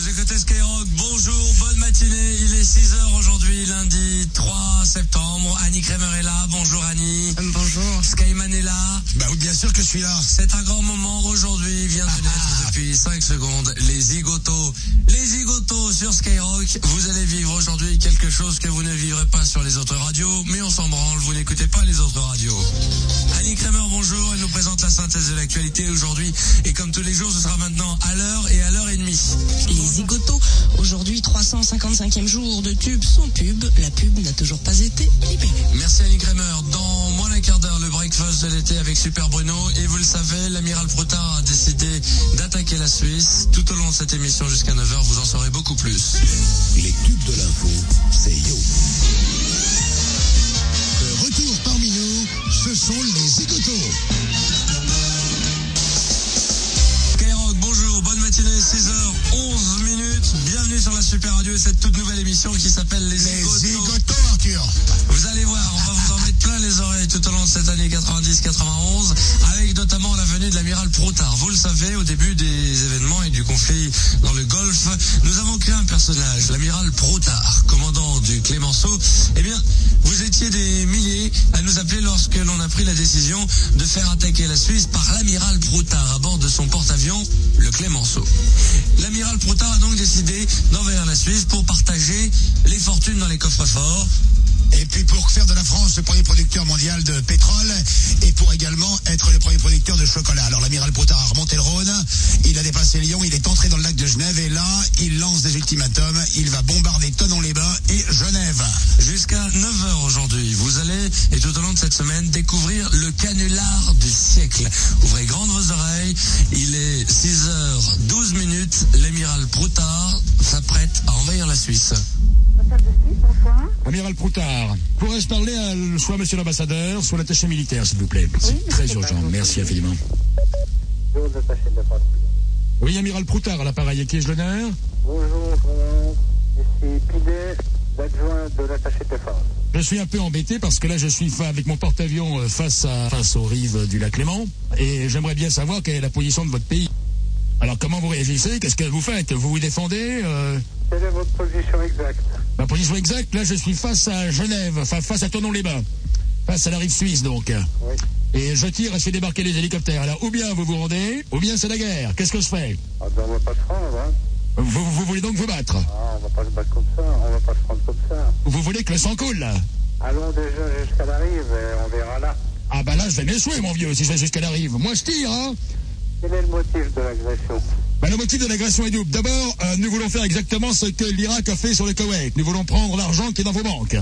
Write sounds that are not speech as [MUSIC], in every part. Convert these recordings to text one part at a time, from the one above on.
Skyrock, bonjour, bonne matinée. Il est 6h aujourd'hui, lundi 3 septembre. Annie Kremer est là. Bonjour Annie. Bonjour. Skyman est là. Bah oui, bien sûr que je suis là. Ah, C'est un grand moment aujourd'hui. Vient de naître depuis 5 secondes. Les zigotos. Les zigotos sur Skyrock. Vous allez vivre aujourd'hui quelque chose que vous ne vivrez pas sur les autres radios. Mais on s'en branle. Vous n'écoutez pas les autres radios. Annie Kremer, bonjour. Elle nous présente la synthèse de l'actualité aujourd'hui. Et comme tous les jours, ce sera maintenant à l'heure et à l'heure et demie. Les zigotos. Aujourd'hui, 355e jour de tube sans pub. La pub n'a toujours pas été libérée. Merci Annie Kramer. Dans moins d'un quart d'heure, le breakfast de l'été avec Super Bruno. Et vous le savez, l'amiral Protard a décidé d'attaquer la Suisse. Tout au long de cette émission jusqu'à 9h, vous en saurez beaucoup plus. Les tubes de l'info, c'est Yo. De retour parmi nous, ce sont les zigotos. Skyrock, bonjour, bonne matinée, 6h11 minutes. Bienvenue sur la Super Radio et cette toute nouvelle émission qui s'appelle Les Les Zigotos. zigotos, Arthur. Vous allez voir, on va vous en mettre plein les oreilles tout au long de cette année 90-91, avec notamment la venue de l'amiral Protard. Vous le savez, au début des événements et du conflit dans le Golfe, nous avons créé un personnage, l'amiral Protard, commandant du Clémenceau. Eh bien, vous étiez des milliers à nous appeler lorsque l'on a pris la décision de faire attaquer la Suisse par l'amiral Protard à bord de son porte-avions, le Clémenceau. L'amiral Protard a donc décidé d'envahir la Suisse pour partager les fortunes dans les coffres forts Et puis pour faire de la France le premier producteur mondial de pétrole et pour également être le premier producteur de chocolat. Alors l'amiral Protard a remonté le Rhône, il a dépassé Lyon, il est entré dans le lac de Genève et là, il lance des ultimatums, il va bombarder Tonon-les-Bains et Genève. Jusqu'à 9h aujourd'hui, vous allez, et tout au long de cette semaine, découvrir le canular du siècle. Ouvrez grandes vos oreilles, il est 6h12 minutes, l'amiral Proutard s'apprête à envahir la Suisse. Amiral Proutard, pourrais-je parler à l- soit monsieur l'ambassadeur, soit l'attaché militaire, s'il vous plaît C'est très urgent, merci infiniment. Bonjour, attaché de la partie. Oui, Amiral Proutard, à l'appareil, à qui ai-je l'honneur Bonjour, mon nom, ici Pidet, l'adjoint de l'attaché de défense. Je suis un peu embêté parce que là, je suis fa- avec mon porte-avions euh, face, à, face aux rives du lac Léman et j'aimerais bien savoir quelle est la position de votre pays. Alors, comment vous réagissez Qu'est-ce que vous faites Vous vous défendez Euh, Quelle est votre position exacte Ma position exacte, là, je suis face à Genève, enfin, face à Tonon-les-Bains, face à la rive suisse, donc. Oui. Et je tire et je fais débarquer les hélicoptères. Alors, ou bien vous vous rendez, ou bien c'est la guerre. Qu'est-ce que je fais Ah ben, on va pas se rendre, hein. Vous, vous voulez donc vous battre Ah, on va pas se battre comme ça, on va pas se rendre comme ça. Vous voulez que le sang coule là Allons déjà jusqu'à la rive et on verra là. Ah bah là, je vais m'échouer, mon vieux, si je vais jusqu'à la rive. Moi, je tire, hein Quel est le motif de l'agression bah, Le motif de l'agression est double. D'abord, euh, nous voulons faire exactement ce que l'Irak a fait sur le Koweït. Nous voulons prendre l'argent qui est dans vos banques.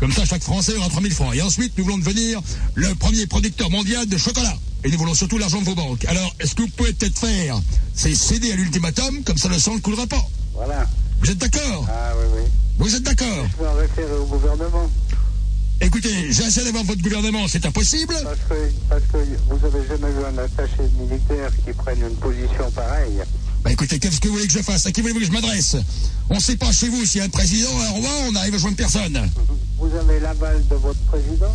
Comme ça, chaque Français aura 3000 francs. Et ensuite, nous voulons devenir le premier producteur mondial de chocolat. Et nous voulons surtout l'argent de vos banques. Alors, est-ce que vous pouvez peut-être faire C'est céder à l'ultimatum, comme ça le sang ne coulera pas. Voilà. Vous êtes d'accord Ah oui, oui. Vous êtes d'accord Je vais en référer au gouvernement. Écoutez, j'ai assez d'avoir votre gouvernement, c'est impossible. Parce que, parce que vous avez jamais vu un attaché militaire qui prenne une position pareille. Bah écoutez, qu'est-ce que vous voulez que je fasse À qui voulez-vous que je m'adresse On sait pas chez vous s'il y a un président, un roi, on arrive à joindre personne. Vous avez l'aval de votre président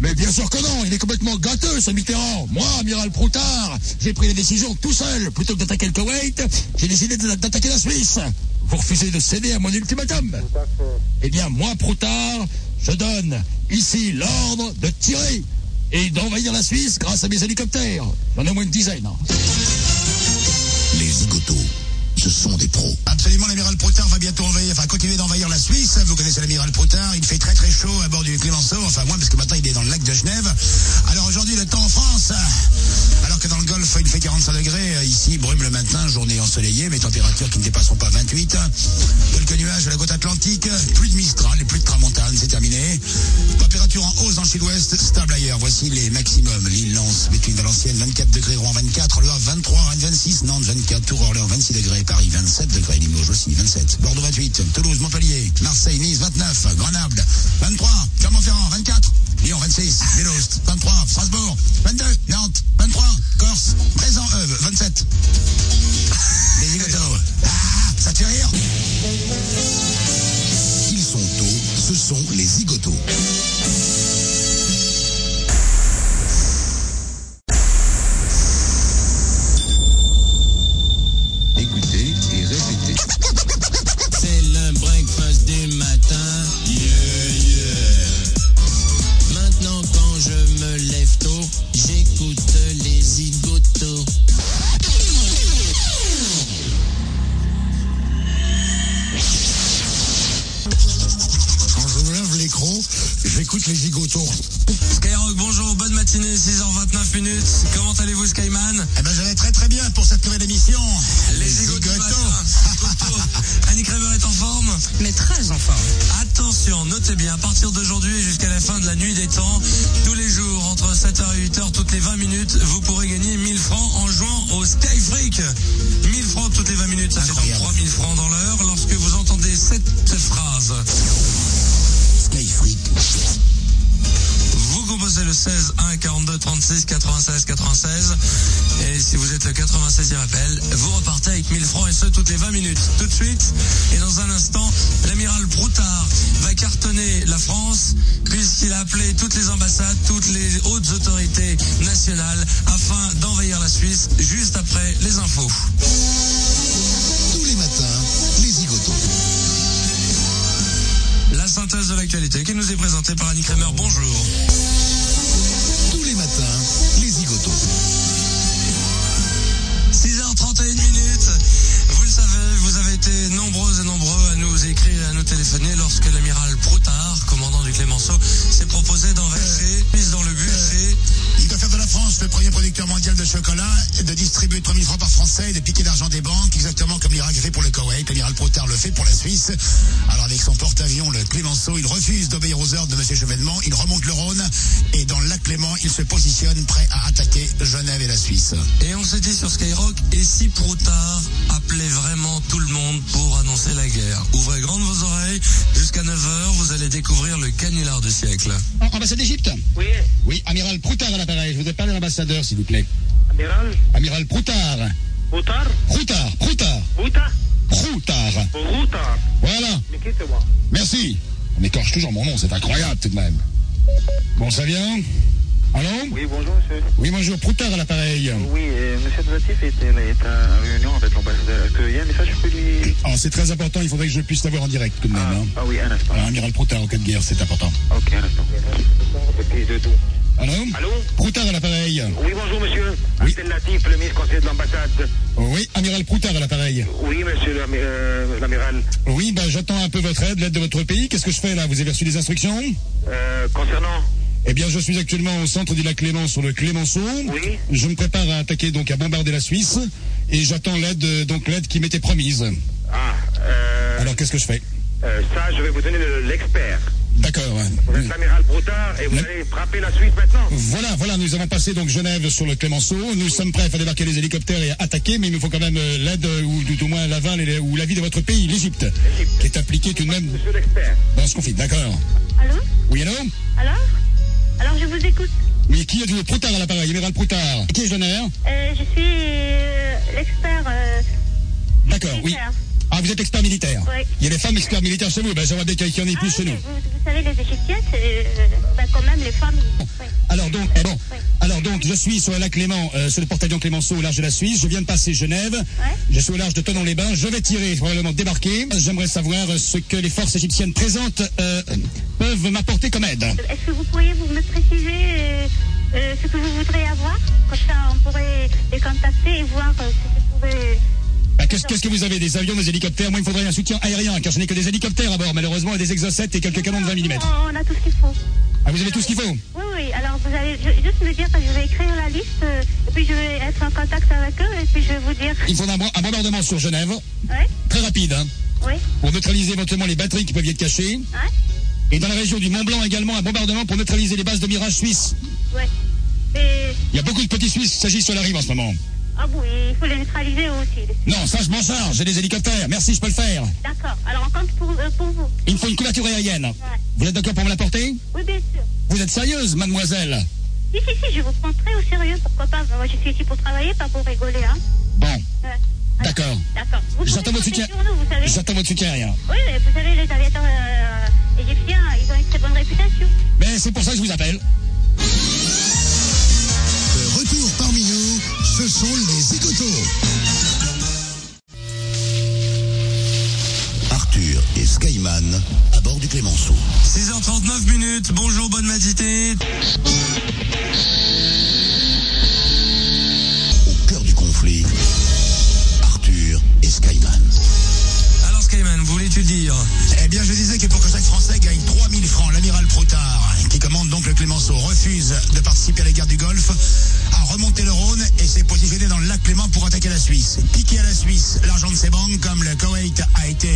Mais bien sûr que non, il est complètement gâteux ce Mitterrand. Moi, amiral Proutard, j'ai pris les décisions tout seul. Plutôt que d'attaquer le Koweït, j'ai décidé de- d'attaquer la Suisse. Vous refusez de céder à mon ultimatum Tout à fait. Eh bien, moi, Proutard, je donne ici l'ordre de tirer et d'envahir la Suisse grâce à mes hélicoptères. J'en ai au moins une dizaine. hein. Les zigotos, ce sont des pros. Absolument, l'amiral Protard va bientôt envahir, enfin continuer d'envahir la Suisse. Vous connaissez l'amiral Protard, il fait très très chaud à bord du Clémenceau, enfin moins parce que maintenant il est dans le lac de Genève. Alors aujourd'hui le temps en France, alors que dans le Golfe il fait 45 degrés, euh, ici brume le matin, journée ensoleillée, mais températures qui ne dépasseront pas 28. Quelques nuages de la côte atlantique, plus de Mistral et plus de Tramontane, c'est terminé. Température en hausse dans le sud-ouest, stable ailleurs. Voici les maximums. Lille, Lens, Béthune, Valenciennes, 24 degrés, Rouen 24, Le Havre 23, Rennes 26, Nantes 24, Tours, Orléans 26 degrés, Paris 27 degrés, Limoges aussi 27, Bordeaux 28, Toulouse, Montpellier, Marseille, Nice 29, Grenoble 23, Clermont-Ferrand 24, Lyon 26, Vélost 23, Strasbourg 22, Nantes 23, Corse, Présent Euve 27. Les zigotos. Ah, ça te fait rire Ils sont tôt, ce sont les zigotos. Écoutez et répétez. foutent, les gigotos Skyrock, bonjour, bonne matinée, 6h29 minutes. Comment allez-vous, Skyman Eh ben, j'allais très très bien pour cette nouvelle émission. Les zigotos. du matin. Toto. [LAUGHS] Annie Kramer est en forme mais très en forme. Attention, notez bien, à partir d'aujourd'hui et jusqu'à la fin de la nuit des temps, tous les jours, entre 7h et 8h, toutes les 20 minutes, vous pourrez gagner 1000 francs en jouant au Sky Freak. 1000 francs toutes les 20 minutes, ça fait donc 3000 francs dans l'heure lorsque vous entendez cette phrase. Sky Freak. Vous composez le 16 1 42 36 96 96 et si vous êtes le 96e appel, vous repartez avec 1000 francs et ce toutes les 20 minutes. Tout de suite et dans un instant, l'amiral Broutard va cartonner la France puisqu'il a appelé toutes les ambassades, toutes les hautes autorités nationales afin d'envahir la Suisse juste après les infos. Tous les matins, les zigotos. La synthèse de l'actualité qui nous est présentée par Annie Kramer. Bonjour. Tous les matins, les zigotos. 6h31 minutes. Vous le savez, vous avez été nombreux et nombreux à nous écrire et à nous téléphoner lorsque l'amiral Proutard, commandant du Clémenceau, s'est proposé d'enverser, mise dans le bûcher. Il doit faire de la France le premier producteur mondial de chocolat, et de distribuer 3000 francs par Français et de piquer l'argent des banques, exactement comme l'Irak fait pour le Koweït, l'amiral Protard le fait pour la Suisse. Alors avec son porte-avions, le Clémenceau, il refuse d'obéir aux ordres de M. Chevènement, il remonte le Rhône, et dans le lac Clément, il se positionne prêt à attaquer Genève et la Suisse. Et on s'est dit sur Skyrock, et si Proutard appelait vraiment tout le monde pour annoncer la guerre Ouvrez grandes vos oreilles, jusqu'à 9h, vous allez découvrir le canular du siècle. Ambassade d'Égypte Oui, Oui, amiral Proutard à l'appareil. Je voudrais parler à l'ambassadeur, s'il vous plaît. amiral, Amiral Proutard. Boutard, Proutard, Proutard, Boutard, Proutard. Routard. Voilà, Mais quittez-moi. merci. On écorche toujours mon nom, c'est incroyable tout de même. Bon, ça vient Allô Oui, bonjour monsieur. Oui, bonjour, Proutard à l'appareil. Oui, euh, monsieur Dvatif est, est en réunion avec l'ambassadeur. Est-ce qu'il y a un message que je peux lui. Alors, Oh, c'est très important, il faudrait que je puisse l'avoir en direct tout de même. Ah, hein. ah oui, un instant. Alors, amiral Proutard, en cas de guerre, c'est important. Ok, un instant. Petit de tout. Allô Allô Proutard à l'appareil. Oui, bonjour monsieur. Oui. Abdel Latif, le ministre conseiller de l'ambassade. Oui, amiral Proutard à l'appareil. Oui, monsieur l'ami- euh, l'amiral. Oui, bah, j'attends un peu votre aide, l'aide de votre pays. Qu'est-ce que je fais là Vous avez reçu des instructions Euh, concernant. Eh bien, je suis actuellement au centre du lac Clément sur le Clémenceau. Oui. Je me prépare à attaquer, donc à bombarder la Suisse. Et j'attends l'aide, euh, donc l'aide qui m'était promise. Ah, euh, Alors, qu'est-ce que je fais euh, ça, je vais vous donner le- l'expert. D'accord. Vous êtes l'amiral Broutard et vous Oui. allez frapper la Suisse maintenant. Voilà, voilà, nous avons passé donc Genève sur le Clémenceau. Nous sommes prêts à faire débarquer les hélicoptères et à attaquer, mais il me faut quand même euh, l'aide, euh, ou tout au moins l'aval et la- ou l'avis de votre pays, l'Égypte, L'Égypte. qui est impliquée tout de même Monsieur l'expert. dans ce conflit. D'accord. Allô Oui, allô Alors Alors, je vous écoute. Mais qui est du Proutard à l'appareil Amiral Proutard. Qui est l'honneur Euh, je suis euh, l'expert. euh, D'accord, oui. Militaire. Ah, vous êtes expert militaire Oui. Il y a des femmes experts militaires chez vous, ben, j'aimerais bien qu'il y en ait ah, plus chez oui, nous. Vous, vous savez, les Égyptiennes, c'est euh, bah, quand même les femmes. oui. Alors donc, eh bon, Oui. alors donc, je suis sur le lac Clément, euh, sur le porte-avions Clémenceau, au large de la Suisse. Je viens de passer Genève. Je suis au large de Tonon-les-Bains. Je vais tirer, probablement débarquer. J'aimerais savoir euh, ce que les forces égyptiennes présentes euh, peuvent m'apporter comme aide. Est-ce que vous pourriez vous me préciser euh, euh, ce que vous voudrez avoir Comme ça, on pourrait les contacter et voir euh, si vous pouvez. Bah, Qu'est-ce qu'est-ce que vous avez Des avions, des hélicoptères Moi, il me faudrait un soutien aérien, car je n'ai que des hélicoptères à bord, malheureusement, et des exocètes et quelques canons de 20 mm. On, on a tout ce qu'il faut. Ah, vous avez tout ce qu'il faut Oui, oui. Alors, vous allez ju- juste me dire que je vais écrire la liste euh, et puis je vais être en contact avec eux et puis je vais vous dire. Il faudra un, bro- un bombardement sur Genève, Oui, très rapide, hein, oui, pour neutraliser éventuellement les batteries qui peuvent y être cachées. hein Et dans la région du Mont-Blanc également, un bombardement pour neutraliser les bases de Mirage suisse. Ouais. Et, Il y a beaucoup de petits Suisses qui s'agissent sur la rive en ce moment. ah bon, il faut les neutraliser aussi. Non, ça je m'en charge, j'ai des hélicoptères, merci, je peux le faire. D'accord. Alors on compte pour, euh, pour vous. Il me faut une couverture aérienne. Vous êtes d'accord pour me l'apporter Oui, bien sûr. Vous êtes sérieuse, mademoiselle Si, si, si, je vous prends très au sérieux. Pourquoi pas Moi, je suis ici pour travailler, pas pour rigoler. Hein. Bon, Ouais. d'accord. D'accord. Vous pouvez J'attends votre compter soutien. Sur nous, vous savez. J'attends votre soutien aérien. Oui, mais vous savez, les aviateurs euh, égyptiens, ils ont une très bonne réputation. Mais c'est pour ça que je vous appelle. De retour parmi nous, ce sont les zigotos. Arthur et Skyman à bord du Clémenceau. 6h39 minutes, bonjour, bonne matinée. Au cœur du conflit, Arthur et Skyman. Alors Skyman, vous voulez-tu dire Eh bien, je disais que pour que chaque Français gagne 3000 francs, l'amiral Protard, qui de participer à la guerre du Golfe, a remonté le Rhône et s'est positionné dans le lac Clément pour attaquer la Suisse. Piqué à la Suisse, l'argent de ses banques, comme le Koweït a été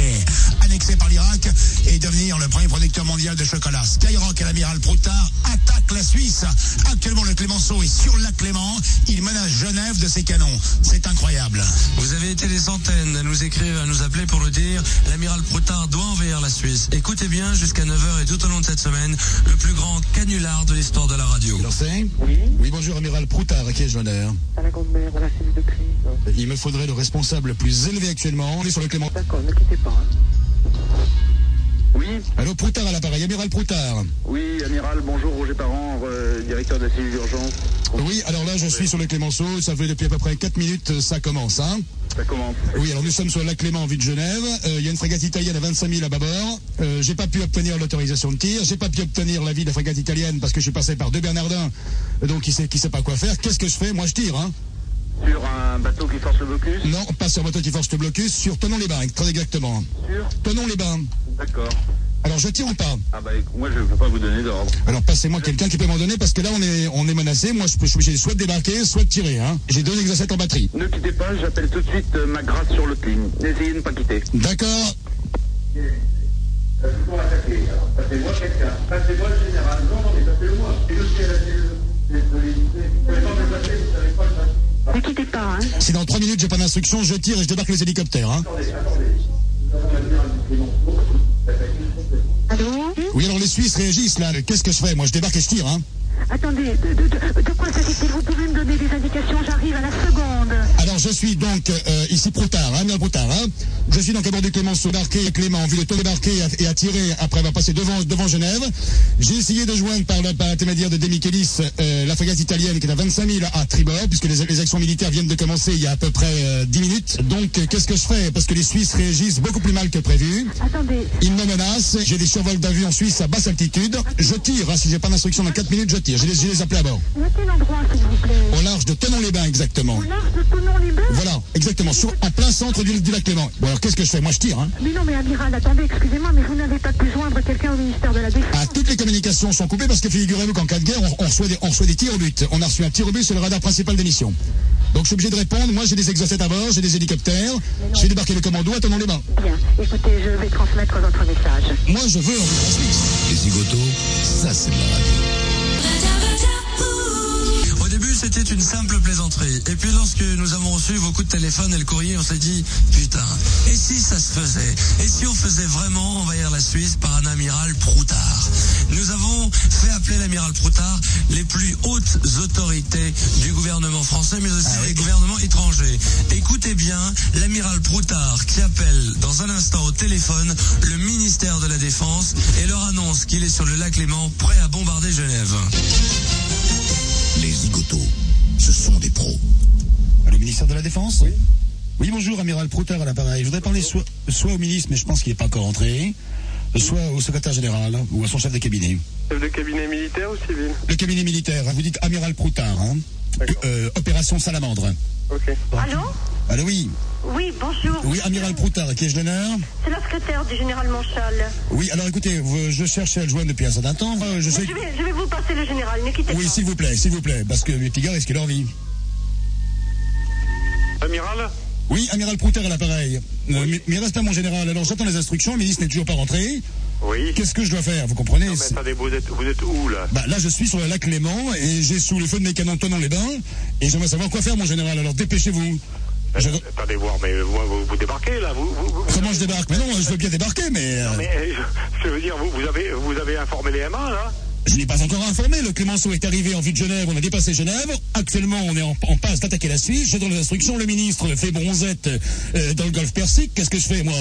annexé par l'Irak, et devenir le premier producteur mondial de chocolat. Skyrock et l'amiral Proutard attaquent la Suisse. Actuellement, le Clémenceau est sur le lac Clément. Il menace Genève de ses canons. C'est incroyable. Vous avez été des centaines à nous écrire, à nous appeler pour nous dire l'amiral Proutard doit envahir la Suisse. Écoutez bien jusqu'à 9h et tout au long de cette semaine, le plus grand canular de l'histoire de la radio. Lancé Oui, Oui, bonjour, amiral Proutard, à qui ai-je l'honneur à la grand-mère, à la cellule de crise. Il me faudrait le responsable le plus élevé actuellement. On est sur le Clément. D'accord, ne quittez pas. Oui, Allô, Proutard à l'appareil, amiral Proutard. oui, amiral, bonjour, Roger Parent, euh, directeur de la cellule d'urgence. Oui, alors là, je suis sur le Clémenceau. Ça fait depuis à peu près 4 minutes, euh, ça commence. Hein Ça commence. oui, alors nous sommes sur le lac Clément, en ville de Genève. Euh, Il y a une frégate italienne à 25 000 à bâbord. Euh, j'ai pas pu obtenir l'autorisation de tir. J'ai pas pu obtenir l'avis de la frégate italienne parce que je suis passé par deux Bernardins. Donc, il sait, qui sait pas quoi faire. Qu'est-ce que je fais Moi, je tire. Hein Sur un bateau qui force le blocus non, pas sur bateau qui force le blocus, sur tenons les bains, très exactement. Sur Tenons les bains. D'accord. Alors, je tire ou pas Ah bah éc- moi je peux pas vous donner d'ordre. Alors passez-moi quelqu'un qui peut m'en donner parce que là on est on est menacé. Moi je, peux- je suis obligé soit de débarquer, soit de tirer. Hein. J'ai deux exocètes en batterie. Ne quittez pas, j'appelle tout de suite euh, ma grâce sur le clean. N'essayez de ne pas quitter. D'accord. Pour attaquer, passez-moi quelqu'un, passez-moi le général. Non, non, mais passez-le-moi. Et je suis à la cellule de Vous savez pas me passer, vous savez pas me Ne quittez pas, hein. Si dans trois minutes j'ai pas d'instruction, je tire et je débarque les hélicoptères. Hein. Allô Oui alors les Suisses réagissent là. Qu'est-ce que je fais Moi je débarque et je tire. Hein. Attendez, de, de- de- de quoi s'agit-il Vous pouvez me donner des indications, j'arrive à la seconde. Alors je suis donc euh, ici Proutard, hein, bien Proutard. Hein. Je suis donc à bord du Clémenceau débarqué. Clément, vu le temps débarqué et attiré après avoir passé devant, devant Genève. J'ai essayé de joindre par, le- par l'intermédiaire de Demichelis euh, la frégate italienne qui est à 25 000 à tribord, puisque les, les actions militaires viennent de commencer il y a à peu près euh, 10 minutes. Donc euh, qu'est-ce que je fais Parce que les Suisses réagissent beaucoup plus mal que prévu. Attendez, Ils me menacent. J'ai des survols d'avions en Suisse à basse altitude. Je tire. hein, si j'ai pas d'instruction dans 4 minutes, je tire. J'ai les, j'ai les appelés à bord. où est-il l'endroit, s'il vous plaît Au large de Tonon-les-Bains exactement. Au large de Tonon-les-Bains Voilà, exactement, sur, en plein centre du, du lac Clément. Bon, alors qu'est-ce que je fais Moi, je tire. Hein. Mais non, mais amiral, attendez, excusez-moi, mais vous n'avez pas pu joindre quelqu'un au ministère de la Ah, Défense toutes les communications sont coupées parce que figurez-vous qu'en cas de guerre, on, on reçoit des, on reçoit des tirs au but. On a reçu un tir au but sur le radar principal des missions. Donc, je suis obligé de répondre. Moi, j'ai des exocètes à bord, j'ai des hélicoptères, j'ai débarqué le commando, attendons les bains. Bien, écoutez, je vais transmettre votre message. Moi, je veux un retour en Suisse. Les zigotos, ça c'est de la radio. Au début, c'était une simple plaisanterie. Et puis, lorsque nous avons reçu vos coups de téléphone et le courrier, on s'est dit, putain, et si ça se faisait Et si on faisait vraiment envahir la Suisse par un amiral Proutard Nous avons fait appeler l'amiral Proutard les plus hautes autorités du gouvernement français, mais aussi des gouvernements étrangers. Écoutez bien l'amiral Proutard qui appelle dans un instant au téléphone le ministère de la Défense et leur annonce qu'il est sur le lac Clément, prêt à bombarder Genève. Les zigotos, ce sont des pros. Le ministère de la Défense Oui. Oui, bonjour, amiral Proutard à l'appareil. Je voudrais parler soit, soit au ministre, mais je pense qu'il n'est pas encore entré, soit au secrétaire général ou à son chef de cabinet. Chef de cabinet militaire ou civil Le cabinet militaire, hein, vous dites amiral Proutard, hein Euh, Opération Salamandre. Ok. Allô Allô, oui. Oui, bonjour. Oui, amiral Proutard, à qui ai-je l'honneur C'est la secrétaire du général Monchal. Oui, alors écoutez, vous- je cherchais à le joindre depuis un certain temps. Euh, je sais... Je vais, je vais vous passer le général, ne quittez Oui, pas. s'il vous plaît, s'il vous plaît, parce que mes petits gars, est-ce qu'il a envie Amiral Oui, amiral Proutard à l'appareil. Euh, mais, mais reste à mon général. Alors j'attends les instructions, le ministre n'est toujours pas rentré. Oui. Qu'est-ce que je dois faire Vous comprenez Mais C'est- attendez, vous êtes, vous êtes où là bah, Là, je suis sur le lac Léman et j'ai sous les feux de mes canons tenant les bains. Et j'aimerais savoir quoi faire, mon général. Alors dépêchez-vous. Je- Attendez voir, mais vous, vous, vous débarquez là, vous, vous, vous- [LAUGHS] Comment je débarque Mais non, je veux bien débarquer, mais euh, Mais euh, je, je veux dire, vous, vous avez, vous avez informé les MA là je n'ai pas encore informé. Le Clémenceau est arrivé en vue de Genève. On a dépassé Genève. Actuellement, on est en, en passe d'attaquer la Suisse. Je donne les instructions. Le ministre fait bronzette euh, dans le golfe Persique. Qu'est-ce que je fais, moi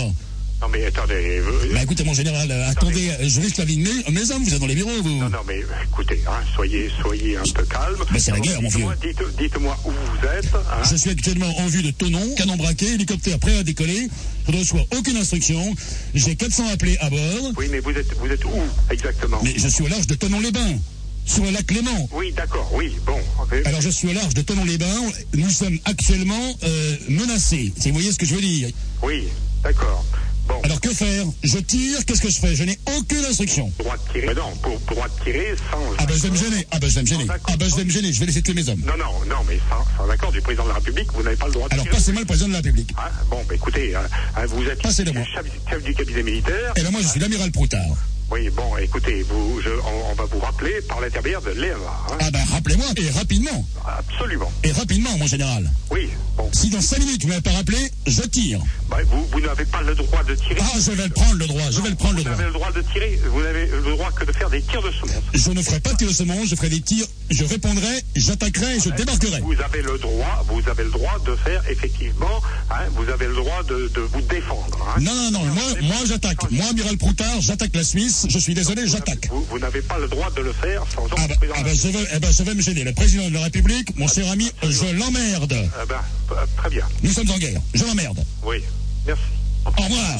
Non mais attendez, vous- Bah écoutez, mon général, euh, attendez, euh, je risque la vie de mes, mes hommes. Vous êtes dans les bureaux, vous. non, non mais écoutez, hein, soyez, soyez un peu calme. Mais c'est la guerre, mon Dites-moi- dites- Dites-moi où vous êtes. hein. Je suis actuellement en vue de Tonon, canon braqué, hélicoptère prêt à décoller. Je ne reçois aucune instruction. J'ai 400 appelés à bord. Oui, mais vous êtes, vous êtes où exactement Mais je suis au large de Tonon-les-Bains, sur le lac Léman. Oui, d'accord, oui, bon. ok. Alors je suis au large de Tonon-les-Bains. Nous sommes actuellement euh, menacés, si vous voyez ce que je veux dire. Oui, d'accord. Bon. Alors que faire Je tire, qu'est-ce que je fais Je n'ai aucune instruction. Droit de tirer. Mais non, pour droit de tirer sans. Ah ben je vais me gêner, ah ben je vais me gêner, ah ben je vais me gêner, je vais laisser tuer mes hommes. Non, non, non, mais sans, sans l'accord du président de la République, vous n'avez pas le droit de Alors tirer. passez-moi le président de la République. Hein, bon, bah, écoutez, hein, hein, vous êtes Passez-le-moi. chef, chef du cabinet militaire. Et là moi je suis l'amiral Proutard. Oui, bon, écoutez, vous, je, on, on va vous rappeler par l'intermédiaire de l'EMA. hein. Ah ben rappelez-moi, et rapidement, Absolument. et rapidement mon général. Oui, bon. Si dans 5 minutes vous ne m'avez pas rappelé, je tire. Bah, vous vous n'avez pas le droit de tirer. Ah je vais le prendre le droit, je vais le prendre le Vous droit. n'avez le droit de tirer, vous n'avez le droit que de faire des tirs de semonce. Je ne ferai pas de tir de semonce, je ferai des tirs, je répondrai, j'attaquerai, je débarquerai. Vous avez le droit, vous avez le droit de faire effectivement, hein, vous avez le droit de, de vous défendre. hein. Non, non, non, moi, moi j'attaque. Moi, amiral Proutard, j'attaque la Suisse, je suis désolé, j'attaque. Vous, vous n'avez pas le droit de le faire sans ordre Ah du ben, ah président de la ben, je, vais, eh ben, je vais me gêner. Le président de la République, mon cher ami, je l'emmerde. Ah ben, p- très bien. Nous sommes en guerre, je l'emmerde. Oui. Merci. Au revoir.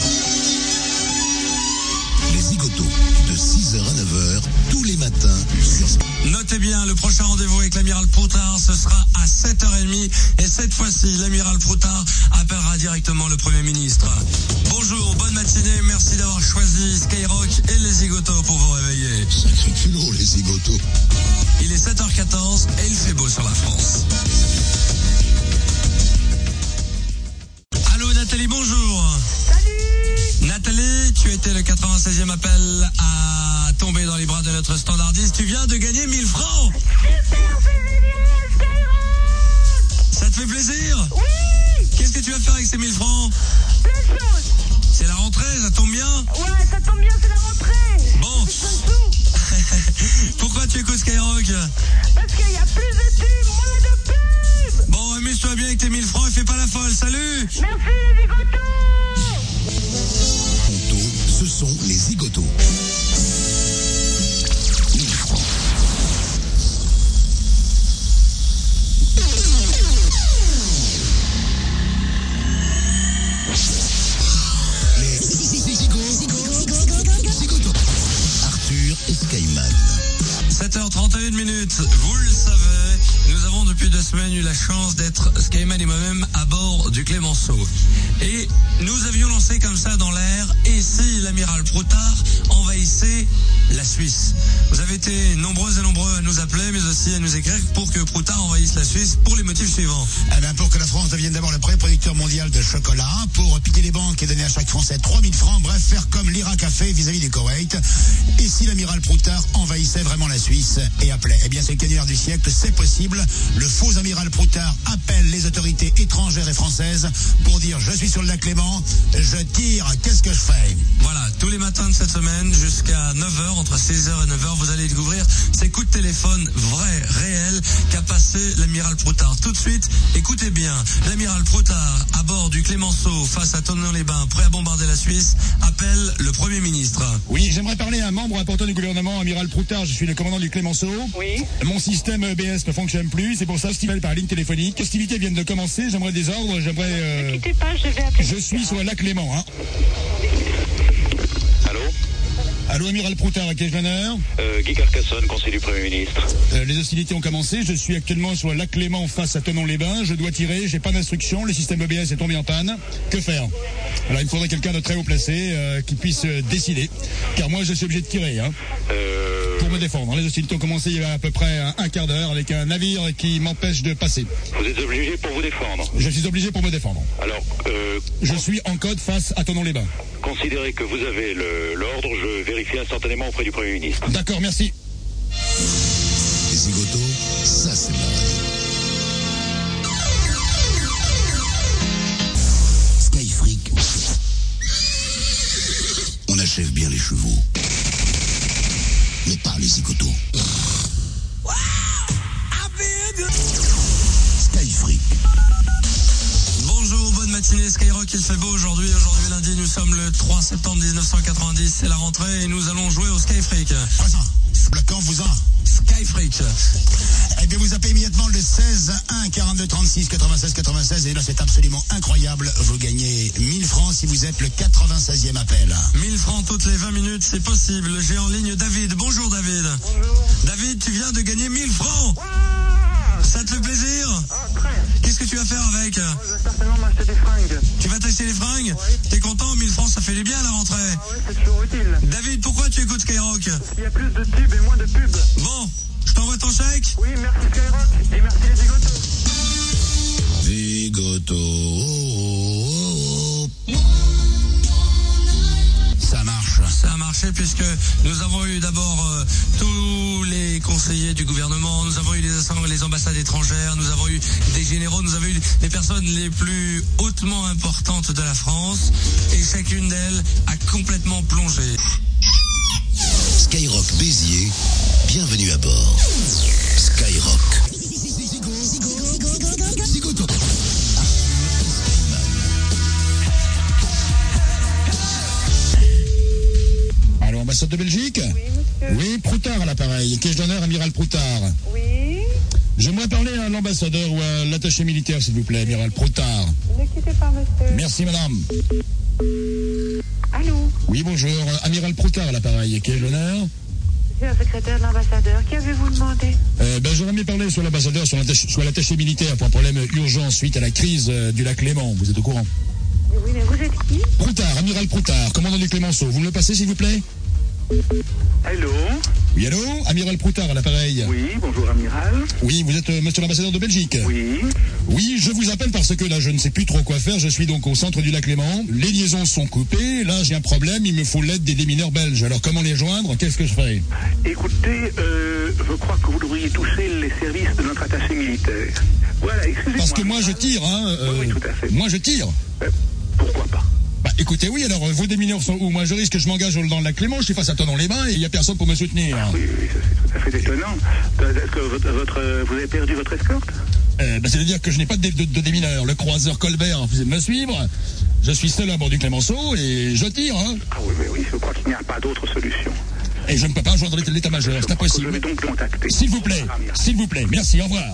Les zigotos, de 6h à 9h, tous les matins sur Notez bien, le prochain rendez-vous avec l'amiral Proutard, ce sera à 7h30. Et cette fois-ci, l'amiral Proutard appellera directement le Premier ministre. Bonjour, bonne matinée, merci d'avoir choisi Skyrock et les zigotos pour vous réveiller. Sacré culot, les zigotos. Il est 7h14 et il fait beau sur la France. Allô Nathalie, bonjour. Salut. Nathalie, tu étais le 96e appel à tomber dans les bras de notre standardiste. Tu viens de gagner 1000 francs. Ça te fait plaisir Oui, Qu'est-ce que tu vas faire avec ces 1000 francs plein de choses. C'est la rentrée, ça tombe bien. Ouais, ça tombe bien, c'est la rentrée. Bon. Plus de [LAUGHS] sous, Pourquoi tu écoutes Skyrock parce qu'il y a plus de tubes, moins de pubs. Bon, amuse-toi bien avec tes 1000 francs et fais pas la folle. Salut Merci les bigotos. Ponto, ce sont les zigotos. 1000 francs. Les zigotos. Zigotos. Arthur et Skyman. 7h31 minutes, vous le savez, nous avons depuis deux semaines eu la chance d'être, Skyman et moi-même, à bord du Clémenceau. Et nous avions lancé comme ça dans l'air, et si l'amiral Proutard envahissait la Suisse Vous avez été nombreux et nombreux à nous appeler, mais aussi à nous écrire pour que Proutard envahisse la Suisse pour les motifs suivants. Eh ben, pour que la France devienne d'abord le premier producteur mondial de chocolat, pour piquer les banques et donner à chaque Français 3000 francs, bref, faire comme l'Irak a fait vis-à-vis du Koweït. Et si l'amiral Proutard envahissait vraiment la Suisse et appelait Eh bien, c'est le canular du siècle, c'est possible. Le faux amiral Proutard appelle les autorités étrangères et françaises pour dire je suis sur le lac Clément, je tire, qu'est-ce que je fais Voilà, tous les matins de cette semaine jusqu'à 9h, entre 16h et 9h, vous allez découvrir ces coups de téléphone vrais, réels, qu'a passé l'amiral Proutard. Tout de suite, écoutez bien, l'amiral Proutard, à bord du Clémenceau, face à Tournon-les-Bains, prêt à bombarder la Suisse, appelle le Premier ministre. Oui, j'aimerais parler à un membre important du gouvernement, amiral Proutard, je suis le commandant du Clémenceau. Oui. Mon système EBS ne fonctionne plus, c'est pour ça que Stival par ligne téléphonique. Les hostilités viennent de commencer, j'aimerais des ordres, j'aimerais... euh, Quittez pas, je vais appeler. Je suis sur le lac Clément, hein. Allô Allô, amiral Proutard, à quel l'honneur euh, Guy Carcassonne, conseiller du Premier ministre. Euh, les hostilités ont commencé. Je suis actuellement sur le lac Clément face à Tonon-les-Bains. Je dois tirer. J'ai pas d'instruction. Le système EBS est tombé en panne. Que faire Alors, il me faudrait quelqu'un de très haut placé euh, qui puisse euh, décider. Car moi, je suis obligé de tirer hein, Euh, pour me défendre. hein. Les hostilités ont commencé il y a à peu près un, un quart d'heure avec un navire qui m'empêche de passer. vous êtes obligé pour vous défendre. Je suis obligé pour me défendre. Alors, euh, Je suis en code face à Tonon-les-Bains. considérez que vous avez le- l'ordre, je vérifie instantanément auprès du Premier ministre. D'accord, merci. Les zigotos, ça c'est de la radio. Skyfreak. On achève bien les chevaux. Mais pas les zigotos. Skyfreak. Bonjour, bonne matinée Skyrock, il fait beau aujourd'hui. Aujourd'hui lundi, nous sommes le 3 septembre 1990, c'est la rentrée et nous allons jouer au Sky Freak. Présent, bloquant-vous-en. Sky Freak. Eh bien, vous appelez immédiatement le 16 1 42 36 96 96. Et là, c'est absolument incroyable. Vous gagnez 1000 francs si vous êtes le 96e appel. 1000 francs toutes les 20 minutes, c'est possible. J'ai en ligne David. Bonjour David. David, tu viens de gagner 1000 francs. Ça te fait plaisir Ah, Qu'est-ce que tu vas faire avec Certainement m'acheter des fringues. Tu vas t'acheter les fringues T'es content 1000 francs, ça fait du bien à la rentrée. Ah C'est toujours utile. David, pourquoi tu écoutes Skyrock Il y a plus de tubes et moins de pubs. Bon, je t'envoie ton chèque Oui, merci Skyrock et merci les dégotos. Vigoto. Ça marche. Ça a marché puisque nous avons eu d'abord euh, tous les conseillers du gouvernement, nous avons eu les, assemb- les ambassades étrangères, nous avons eu des généraux, nous avons eu les personnes les plus hautement importantes de la France et chacune d'elles a complètement plongé. Skyrock Béziers, bienvenue à bord. Skyrock. Allô, ambassade de Belgique Oui, Proutard à l'appareil. Caisse d'honneur, amiral Proutard. Oui, J'aimerais parler à l'ambassadeur ou à l'attaché militaire, s'il vous plaît, amiral Proutard. ne quittez pas, monsieur. Merci, madame. Allô, Oui, bonjour. euh, Amiral Proutard à l'appareil. Quel l'honneur c'est la secrétaire de l'ambassadeur. Qu'avez-vous demandé euh, ben, J'aurais aimé parler soit l'ambassadeur, soit l'attaché- soit l'attaché militaire pour un problème urgent suite à la crise euh, du lac Léman. Vous êtes au courant Oui, mais vous êtes qui Proutard, amiral Proutard, commandant du Clémenceau. Vous me le passez, s'il vous plaît Allô Oui, allô Amiral Proutard à l'appareil. Oui, bonjour amiral. Oui, vous êtes euh, monsieur l'ambassadeur de Belgique Oui. Oui, je vous appelle parce que là, je ne sais plus trop quoi faire. Je suis donc au centre du lac Léman. Les liaisons sont coupées. Là, j'ai un problème. Il me faut l'aide des démineurs belges. Alors, comment les joindre Qu'est-ce que je fais Écoutez, euh, je crois que vous devriez toucher les services de notre attaché militaire. Voilà, excusez-moi. Euh, Parce que moi, je tire, hein. euh, Moi, je tire. pourquoi pas Bah, écoutez, oui, alors, euh, vos démineurs sont où Moi, je risque que je m'engage dans le lac Léman. Je suis face à toi dans les bains et il n'y a personne pour me soutenir. Ça fait étonnant. Est-ce que votre, votre, euh, vous avez perdu votre escorte Euh, bah, C'est-à-dire que je n'ai pas de, dé- de- de démineur. Le croiseur Colbert a refusé de me suivre. Je suis seul à bord du Clémenceau et je tire. Hein. Ah oui, mais oui, je crois qu'il n'y a pas d'autre solution. Et je ne peux pas joindre l'état- l'état-major. C'est impossible. Donc, contactez. S'il vous plaît. S'il vous plaît. Merci. Au revoir.